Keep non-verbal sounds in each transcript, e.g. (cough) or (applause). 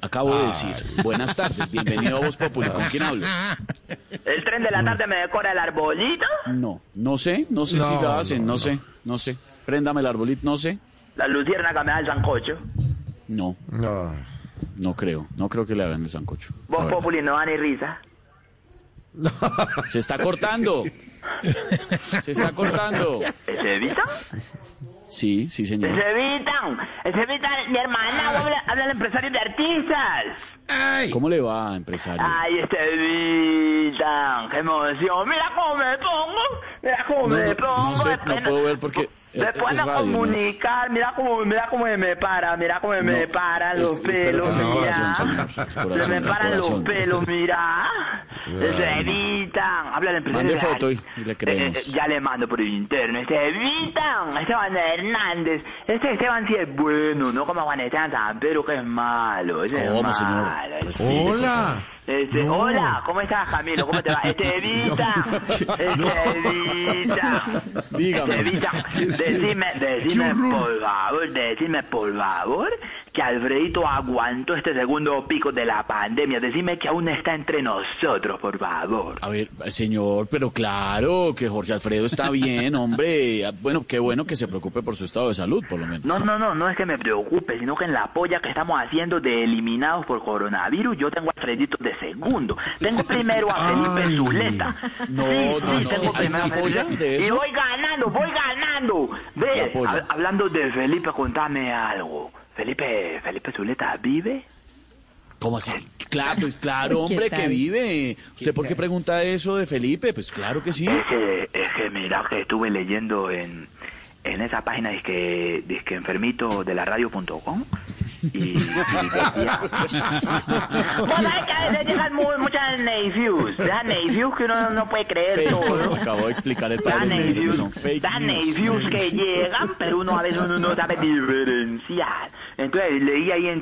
acabo de decir. Buenas tardes, bienvenido a Voz Populi. ¿Con quién hablo? El tren de la tarde me decora el arbolito, No, no sé, no sé si lo hacen, no, sé, no sé. Préndame el arbolito, no sé. la luciérnaga me da el sancocho. No, No, no creo, no creo que le hagan el sancocho. la Vos verdad. Populi no da ni risa. Se está (laughs) cortando. Se está cortando. ¿Se evitan? Sí, sí, señor. ¡Se evitan! ¡Se evitan! ¡Mi hermana! Habla, habla el empresario de artistas. ¿Cómo le va, empresario? ¡Ay, se evitan! ¡Qué emoción! ¡Mira cómo me pongo! ¡Mira cómo No, me no pongo! sé, me no pena- puedo ver porque Me es- pueden es radio, no es- comunicar, mira cómo, mira cómo me para, mira cómo me No, paran es- los espero que pelos, sea el mira. corazón, señor, el corazón, Se me el paran los corazón. pelos, (laughs) mira. Se evitan. Habla el empresario. Mande de la- foto y- y le Eh, eh, creemos. ya le mando por el interno. Se evitan. Esteban Hernández. Este Esteban sí es bueno, no como Juan Esteban San Pedro, que es malo. Ese es ¿Cómo, señor? malo. Pues, Hola. Este, Hola, ¿cómo estás, Camilo? ¿Cómo te va? Este, Estevita, Estevita, Dígame. Estevita, decime, decime por favor, decime por favor que Alfredito aguantó este segundo pico de la pandemia. Decime que aún está entre nosotros, por favor. A ver, señor, pero claro que Jorge Alfredo está (laughs) bien, hombre. Ah, Bueno, qué bueno que se preocupe por su estado de salud, por lo menos. No, no, no, no es que me preocupe, sino que en la polla que estamos haciendo de eliminados por coronavirus, yo tengo a Alfredito de segundo. Tengo primero a Felipe Zuleta. No, sí, Ah, no, sí, no. tengo ¿Hay primero a una polla Felipe. de Y eso? voy ganando, voy ganando. La Ve, polla. hab- hablando de Felipe, contame algo. Felipe, Felipe Zuleta, ¿vive? ¿Cómo así? Claro, pues claro, hombre, que vive. ¿Usted por qué pregunta eso de Felipe? Pues claro que (laughs) sí. Es que, es que mira que estuve leyendo en, en esa página disque, disque enfermito de la radio.com y, y (laughs) decía- Bueno, hay que a veces llegan mu- muchas Navy Views, esas Navy Views que uno no puede creer todo. Acabo de explicar el Esas padre Navy Nelson, son Views- fake esas Navy news. Views que llegan, pero uno a veces uno no sabe diferenciar. Entonces leí ahí en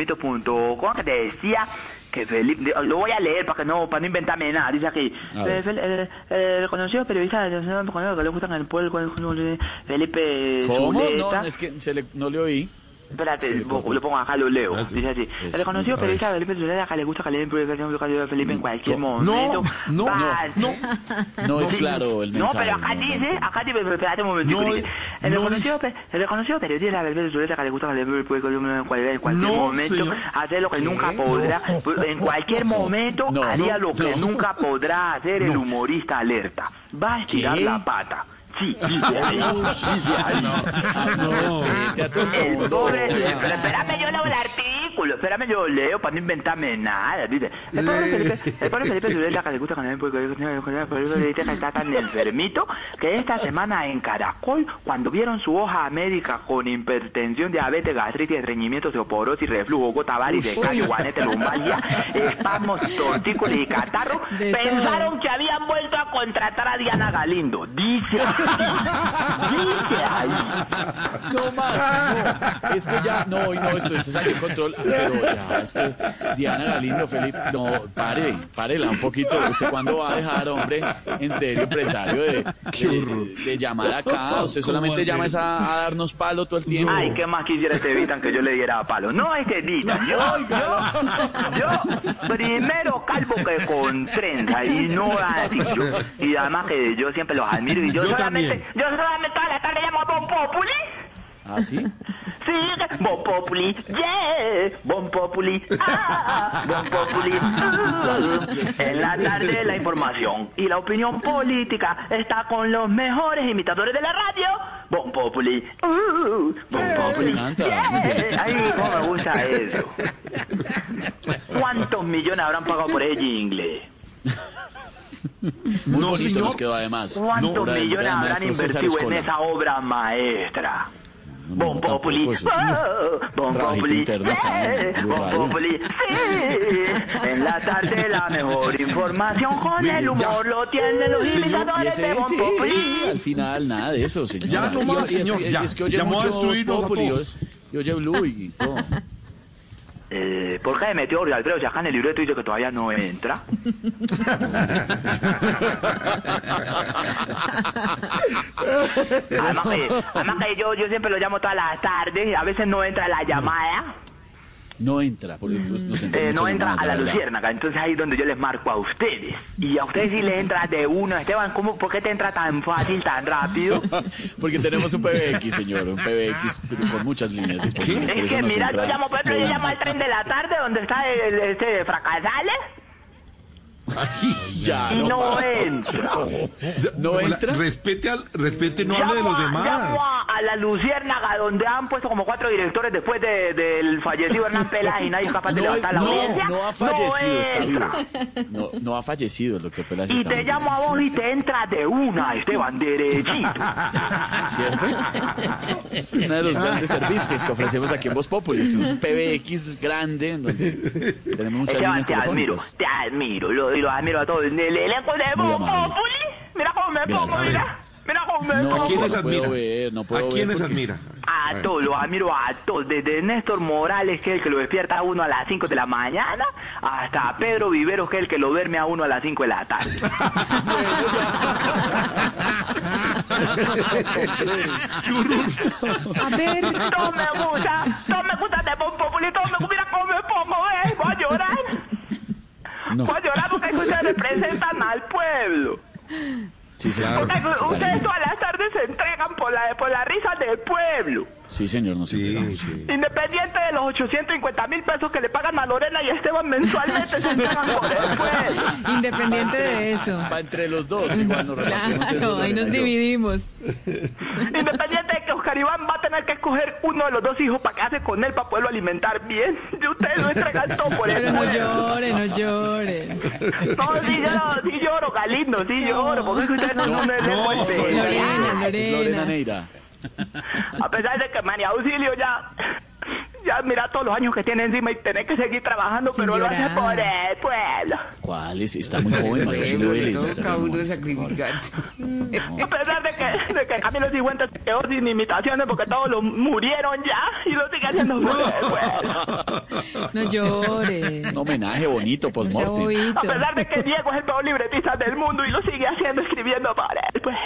chismecitosdeenfermitos.com que decía que Felipe, lo voy a leer para que no, para no inventarme nada, dice aquí, eh, A ver. Fel- el, el conocido periodista de los que le gustan el pueblo, el- el- Felipe ¿Cómo? No, Zuleta. es que se le- no le oí. Espérate, Sí, bo- por- lo pongo acá, lo leo. Dice así. Eso. El reconocido periodista Felipe Zuleta que le gusta que le den publicación de Felipe en cualquier Mm, No, momento. no, Vale. no. No es claro el No, mensaje. pero acá no, no. dice, acá dice, pero espérate un momentico. No, dice, el, no reconocido, pe- el reconocido periodista Felipe Zuleta que le gusta que le den publicación en cualquier, en cualquier No, momento. señor. Hace lo que nunca podrá. En cualquier momento No, haría no, lo que no. nunca podrá hacer el humorista alerta. Va a estirar ¿Qué? la pata. Sí, (laughs) dice ahí. dice ahí. Ah, no, respete a todo el El mundo. pobre, pero espérame, yo leo el artículo, espérame, yo leo para no inventarme nada, dice. El pobre Felipe, el pobre Felipe Zuleta, que le gusta ganar porque el pobre Felipe que está tan enfermito, que esta semana en Caracol, cuando vieron su hoja médica con hipertensión, diabetes, gastritis, estreñimiento, osteoporosis, reflujo, gota varis, descargo, guanete, lumbalgia, espasmos, tortícolis y catarro, De todo. pensaron que habían vuelto a contratar a Diana Galindo. Dice, ahí, dice ahí. No más, no. Esto ya, no, hoy no, esto se salió de control. Ah, Pero ya, esto, Diana Galindo, Felipe, no, pare, párela un poquito. ¿Usted cuándo va a dejar, hombre, en serio, empresario, de, de- de llamar acá? ¿Usted solamente llama es a, a darnos palo todo el tiempo? Ay, ¿qué más quisiera este Vitan que yo le diera a palo? No, este Vitan, yo, Ah, yo, yo, primero calvo que con trenza y no así. yo- y además que yo siempre los admiro y yo, Yo solamente, también. yo solamente toda la tarde llamo a Bon Populi. ¿Ah, sí? Sí, Bon Populi, yeah, Bon Populi, ah, Bon Populi. uh. En la tarde la información y la opinión política está con los mejores imitadores de la radio. Bon Populi, uh, Bon pues, Populi. Canta. Ay, cómo Eh, me gusta eso. ¿Cuántos millones habrán pagado por ese jingle? Muy No, bonito señor. nos quedó además. ¿Cuántos Obra de- obra de millones habrán maestro César invertido en Escola. esa obra maestra? no, Bon tampoco Populi. eso, sí. Oh, Bon Trabajito Populi. interno acá en eh, Blue Bon Radio. Populi. Sí. En la tarde la mejor información con Muy bien, el humor ya. lo tienen los Señor, Y imitadores ese, de Bon sí, al Populi. final nada de eso, señor. Ya no más, señor, ya. Es que oye Ya me voy a mucho destruirnos a Populi, todos. Y oye Blue y todo. Eh, ¿Por qué metió Jorge Alfredo Chacán en el libreto y dice que todavía no entra? Además que, además que yo, yo siempre lo llamo todas las tardes, a veces no entra la llamada, No entra, porque nos, nos entra eh, mucho no entra más, a la verdad. luciérnaga, entonces ahí es donde yo les marco a ustedes. Y a ustedes sí les entra de uno. Esteban, ¿cómo, ¿por qué te entra tan fácil, tan rápido? (laughs) Porque tenemos un PBX, señor, un PBX con muchas líneas disponibles. por Es eso que nos mira, yo entra llamo, por ejemplo, yo volando. llamo al tren de la tarde donde está el, el- este Fracasales Ya, y no no, entra. ¿No Hola, entra? Respete, al, respete, no hable de los a- demás. llamo a, a la Luciérnaga, donde han puesto como cuatro directores después de- del fallecido (laughs) Hernán Peláez y nadie es capaz de no, levantar la audiencia. no, no ha fallecido, está entra. vivo. No, no ha fallecido el doctor Peláez. Y está te muy llamo a vos y te entra de una, Esteban, (laughs) derechito. bien. Uno de los Ah. grandes servicios que ofrecemos aquí en Voz Populi. Es un PBX grande en donde tenemos muchas Esteban, líneas te admiro, telefónicas. te admiro, lo, y lo admiro a todos. El elenco de Muy Voz amable. Populi, mira cómo me Gracias. pongo, mira, mira cómo me No, pongo. ¿A quiénes no puedo admira? ver, no puedo ¿A ver quiénes porque- admira? A ver. todos, los admiro a todos, desde Néstor Morales, que es el que lo despierta a uno a las 5 de la mañana, hasta Pedro Viveros, que es el que lo duerme a uno a las 5 de la tarde. A ver, Todo me gusta, todo me gusta de Bon Populi, todo me gusta, mira cómo me pongo, ¿eh? Voy a llorar. No, Voy a llorar porque es que ustedes representan al pueblo. sí, señor. Claro. Porque es que ustedes Cariño. todas las tardes se entregan por la, por la risa del pueblo. Sí, señor, no Sí, sí. Independiente de los 850 mil pesos que le pagan a Lorena y a Esteban mensualmente, se entregan por el pueblo. independiente de eso. Va entre los dos, igual nos repartimos eso, Claro, ahí Lorena nos y yo. dividimos. Independiente de que Oscar Iván va a tener que escoger uno de los dos hijos para quedarse con él para poderlo alimentar bien. Y ustedes lo entregan todo por Pero el no pueblo. lloren, no lloren. No, sí lloro, sí lloro, Galindo, sí lloro, porque es que ustedes no son un elenco no, entero. Lorena, Lorena, es Pues, Lorena Lorena. Neira. A pesar de que María Auxilio ya... Ya mira todos los años que tiene encima y tener que seguir trabajando, Sin pero lo hace llorar. por el pueblo. ¿Cuál es? Está muy joven, María Auxilio Pueblo, le Vélez, no se toca ve a uno muy- sacrificar. A pesar de que, de que Camilo Cifuentes se quedó sin imitaciones porque todos los murieron ya y lo sigue haciendo por el pueblo. No lloren. Un homenaje bonito, No sea post-mortem. bobito. A pesar de que Diego es el peor libretista del mundo y lo sigue haciendo escribiendo para él, pues.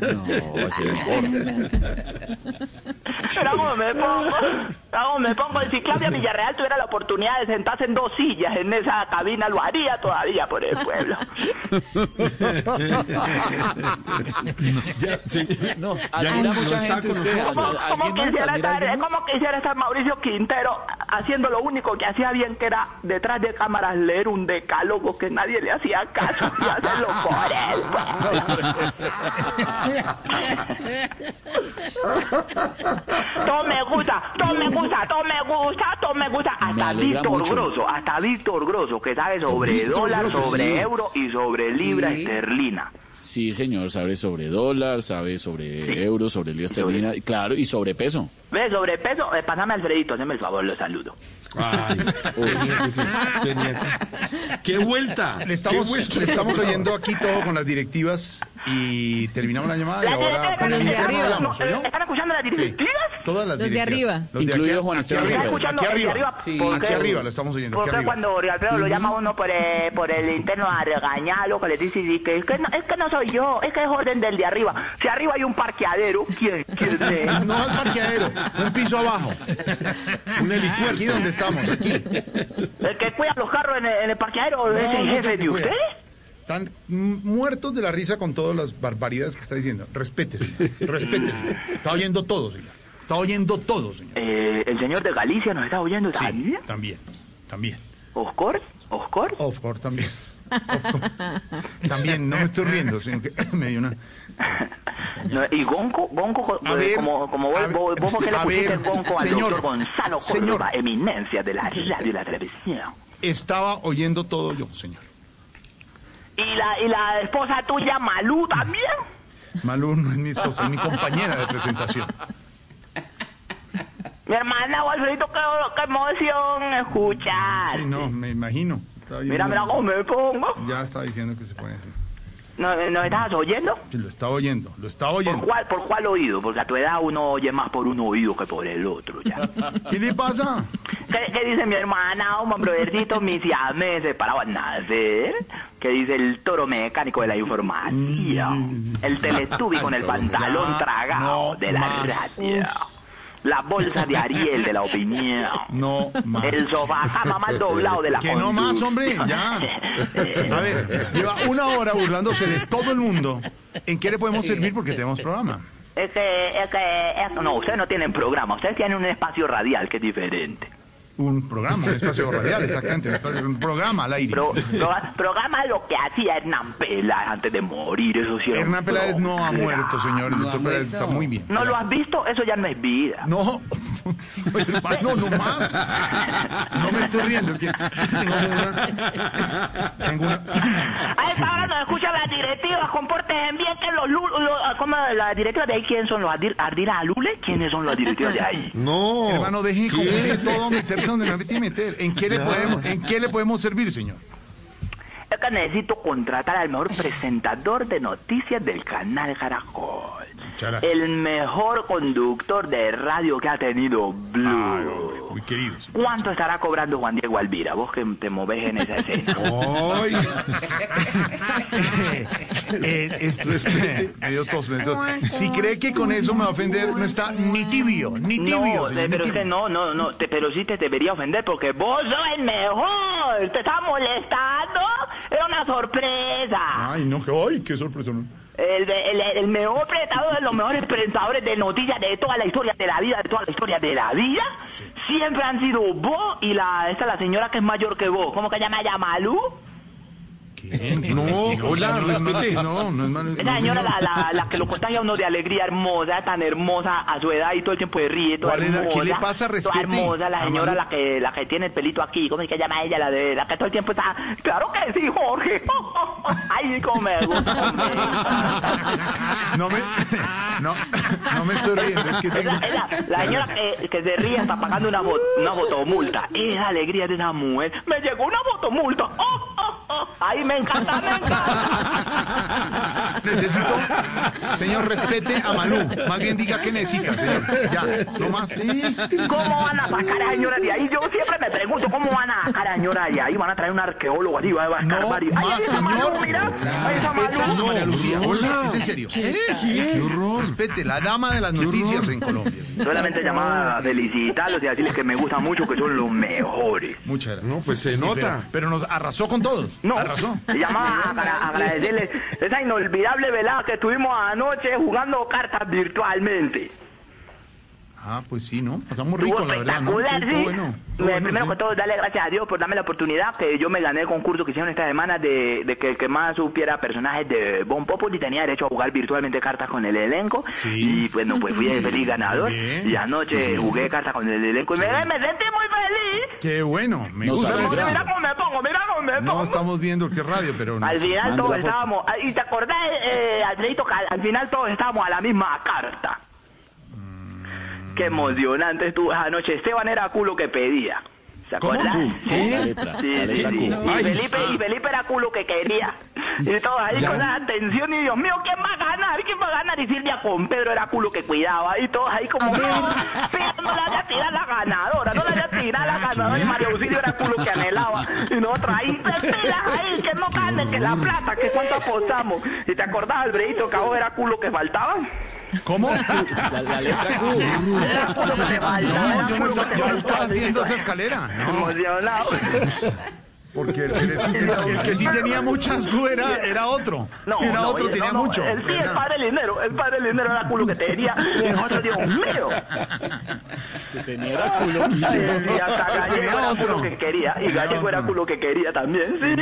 No, es el mejor. Pero como me pongo, como me pongo, si Claudia Villarreal tuviera la oportunidad de sentarse en dos sillas en esa cabina, lo haría todavía por el pueblo. Ya, sí. No, Ya admira no mucha está gente con usted. Como, nosotros. ¿Alguien como más? quisiera ¿Admira estar, alguien más? como quisiera estar Mauricio Quintero haciendo lo único que hacía bien, que era detrás de cámaras leer un decálogo que nadie le hacía caso y hacerlo por él. pues. Todo me gusta, todo me gusta, todo me gusta, todo me gusta. Me Hasta alegra Víctor mucho. Grosso, hasta Víctor Grosso, que sabe sobre Víctor dólar, Grosso, sobre sí. euro y sobre libra Sí. esterlina. Sí, señor, sabe sobre dólar, sabe sobre euros, sobre libra esterlina, y claro, y sobre peso. ¿Ves? Sobrepeso, eh, pásame al Alfredito, hazme el favor, lo saludo. Ay, tenía que ser, tenía que- ¡Qué vuelta! Le ¡Qué estamos, vuelta! le estamos oyendo aquí todo con las directivas y terminamos la llamada y La- ahora con los de interno arriba. hablamos, ¿oyó? ¿Están escuchando las directivas? Todas las Los de directivas. arriba. Los de aquí- Incluido Juan aquí Esteban arriba, Está Rivera. escuchando aquí el de arriba. arriba. Sí, ¿Por aquí qué? arriba, lo estamos oyendo, ¿Por aquí qué arriba. cuando Jorge Alfredo lo llama a uno por, eh, por el interno a regañarlo, que le dice sí, que es que, no, es que no soy yo, es que es orden del de arriba? Si arriba hay un parqueadero, ¿quién, quién es? (laughs) No al parqueadero, un piso abajo. Un helipuerto. Aquí donde estamos. aquí. ¿El que cuida los carros en el, en el parqueadero No, es el no sé jefe de qué cuida. ustedes? Están m- muertos de la risa con todas las barbaridades que está diciendo. Respétese, respétese. Está oyendo todo, señor. Está oyendo todo, señor. Eh, el señor de Galicia nos está oyendo Sí, también. también, también. ¿Oscor? ¿Oscor? Of course, también. Of course. También, no me estoy riendo, sino que (coughs) me dio una... No, ¿Y Gonco? ¿Gonco? A eh, ver, como, como a vos, ver, vos, vos por qué le a pusiste ver, Gonco al señor, doctor Gonzalo señor. Córdoba, eminencia de la radio y la televisión? Estaba oyendo todo yo, señor. ¿Y la, y la esposa tuya, Malú, también? Malú no es mi esposa, es mi compañera de presentación. Mi hermana, Alfredito, qué, qué emoción escuchar. Sí, no, me imagino. Está bien, Mira, no. mira cómo me pongo. Ya está diciendo que se pone así. ¿No, ¿Nos estás oyendo? Sí, lo está oyendo, lo está ¿Por oyendo. cuál, ¿Por cuál oído? Porque a tu edad uno oye más por un oído que por el otro, ya. (laughs) ¿Qué le pasa? ¿Qué, qué dice mi hermana, un brodercito, mis siameses para nacer? ¿Qué dice el toro mecánico de la informática? El teletubi con el pantalón tragado Mm. ah, no de la más. radio. La bolsa de Ariel de la opinión. No más. El sofá cama más doblado de la Que no más, hombre, ya. A ver, lleva una hora burlándose de todo el mundo. ¿En qué le podemos servir? Porque tenemos programa. (laughs) Es que, es que, es- no, ustedes no tienen programa, ustedes tienen un espacio radial que es diferente. Un programa, un espacio radial, exactamente. un espacio- Un programa al aire. Pro- pro- programa lo que hacía Hernán Peláez antes de morir, eso sí. era un Hernán Peláez no ha programa. muerto, señor. El doctor Peláez está muy bien. ¿No lo has visto? Eso ya no es vida. No, no, no más. No me estoy riendo, es que tengo una. Tengo una. A esta hora nos escuchan las directivas, compórtense bien que los, lu- los- ¿cómo, las directivas de ahí, ¿quiénes son? ¿Los Ardir- Ardila Lule? ¿Quiénes son las directivas de (laughs) ahí? No. Hermano, deje de ¿Qué? confundir todo, meterse donde no me tiene que meter. ¿En qué, le podemos, ¿En qué le podemos servir, señor? Es que necesito contratar al mejor presentador de noticias del canal Caracol. Muchas gracias. El mejor conductor de radio que ha tenido Blue. Muy querido, señor. ¿Cuánto estará cobrando Juan Diego Alvira? Vos que te movés en esa escena. Ay, Eh, esto es- me dio tos, me dio tos. Si cree que con eso me va a ofender, no está ni tibio, ni tibio. No, señor, eh, ni pero es que tibio. no, no, no, te- pero sí te debería ofender porque vos sos el mejor. Te está molestando. Era una sorpresa. Ay, no, que- ay, qué sorpresa. ¿no? El, el- el mejor presentador de los mejores presentadores de noticias de toda la historia de la vida, de toda la historia de la vida, siempre han sido vos y la esta la señora que es mayor que vos. ¿Cómo que se llama Yamalú? no, hola, No, respete. respete. No, no es malo. Esa señora, la, la- la que lo contagia a uno de alegría hermosa, tan hermosa a su edad y todo el tiempo de ríe, toda ¿Cuál edad? hermosa. ¿Qué le pasa? Respete. Ah, Toda hermosa, la señora, la que, la que tiene el pelito aquí, ¿cómo es que se llama ella? La, de, la que todo el tiempo está... ¡Claro que sí, Jorge! (laughs) ¡Ay, cómo me gusta! (laughs) hombre. No me, no, no me estoy riendo, es que tengo... Esa- esa- la señora que, que se ríe está pagando una, fo- una fotomulta. Es la alegría de una mujer. Me llegó una fotomulta. (laughs) ¡Oh, oh, oh! ¡Ay, me encanta, me (laughs) encanta! Necesito, señor, respete a Malú. Más bien diga qué necesita, señor. Ya, no más. Sí. ¿Cómo van a sacar a la señora de ahí? Yo siempre me pregunto cómo van a sacar a la señora de ahí. Van a traer un arqueólogo así, va a escarbar. No, y- ¡Ay, más, esa Malú, señor. mira! ¡Ay, esa Malú! No, María Lucía, Hola. es en serio. ¿Eh? (laughs) ¿Qué horror? Respete, la dama de las noticias en Colombia. señor. Solamente llamaba a felicitarlos y a decirles que me gusta mucho, que son los mejores. Muchas gracias. No, pues se Pero, nota. pero nos arrasó con todos. No, Arrasó. llamaba para agradecerles esa inolvidable velada que tuvimos anoche jugando cartas virtualmente. Ah, pues sí, ¿no? Pasamos Estuvo rico, la verdad, ¿no? espectacular, Estuvo sí. bueno. Me- Estuvo bueno, primero sí. que todo, darle gracias a Dios por darme la oportunidad que yo me gané el concurso que hicieron esta semana de, de que el que más supiera personajes de Bon Populi tenía derecho a jugar virtualmente cartas con el elenco. Sí. Y bueno, pues fui el feliz ganador. bien. Y anoche jugué cartas con el elenco y me, me sentí muy feliz. Qué bueno, me Nos gusta. arrasó. Mira, esa- mira cómo me pongo, mira cómo me No pongo. estamos viendo qué radio, pero... no. Al final Mande todos la foto. estábamos, ah, y te acordás, eh, Alfredito, que al, al final todos estábamos a la misma carta. Qué emocionante estuvo esa noche. Esteban era culo que pedía. ¿Se ¿Cómo? acordás? La letra, la Sí, letra sí, sí. Q. Y Felipe, y Felipe era culo que (laughs) quería. Y todos ahí con esa atención y Dios mío, ¿quién va a ganar? ¿Quién va a ganar? Y Silvia con Pedro era culo que cuidaba. Y todos ahí como, no, pero no la voy a tirar la ganadora, no la voy a tirar la ganadora. Y Mario Auxilio era culo que anhelaba. Y nosotros ahí, "Pilas ahí, que no gane, que la plata, que cuánto apostamos. ¿Y te acordás, Albreito, que a vos era culo que faltaba? ¿Cómo? La, la letra (laughs) Q. Era culo que te faltaba. era No, yo no culo que estaba, te yo no faltaba. estaba haciendo esa escalera. No, Emocionado. porque el que, le sucedió- el que sí tenía muchas Q era, era otro. No, era no, otro, oye, tenía no, no, mucho. El sí, el padre Linero, el padre Linero era culo que (laughs) tenía. Y nosotros, Dios mío. Que tenía era culo. Y hasta (laughs) Gallego era culo que quería. Y Gallego era culo que quería también, sí.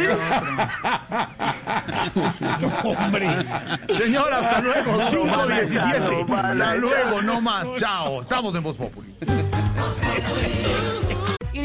Señor, hasta luego, no, 517. no, Hasta no, luego, no más. Chao. Estamos en Voz Populi. It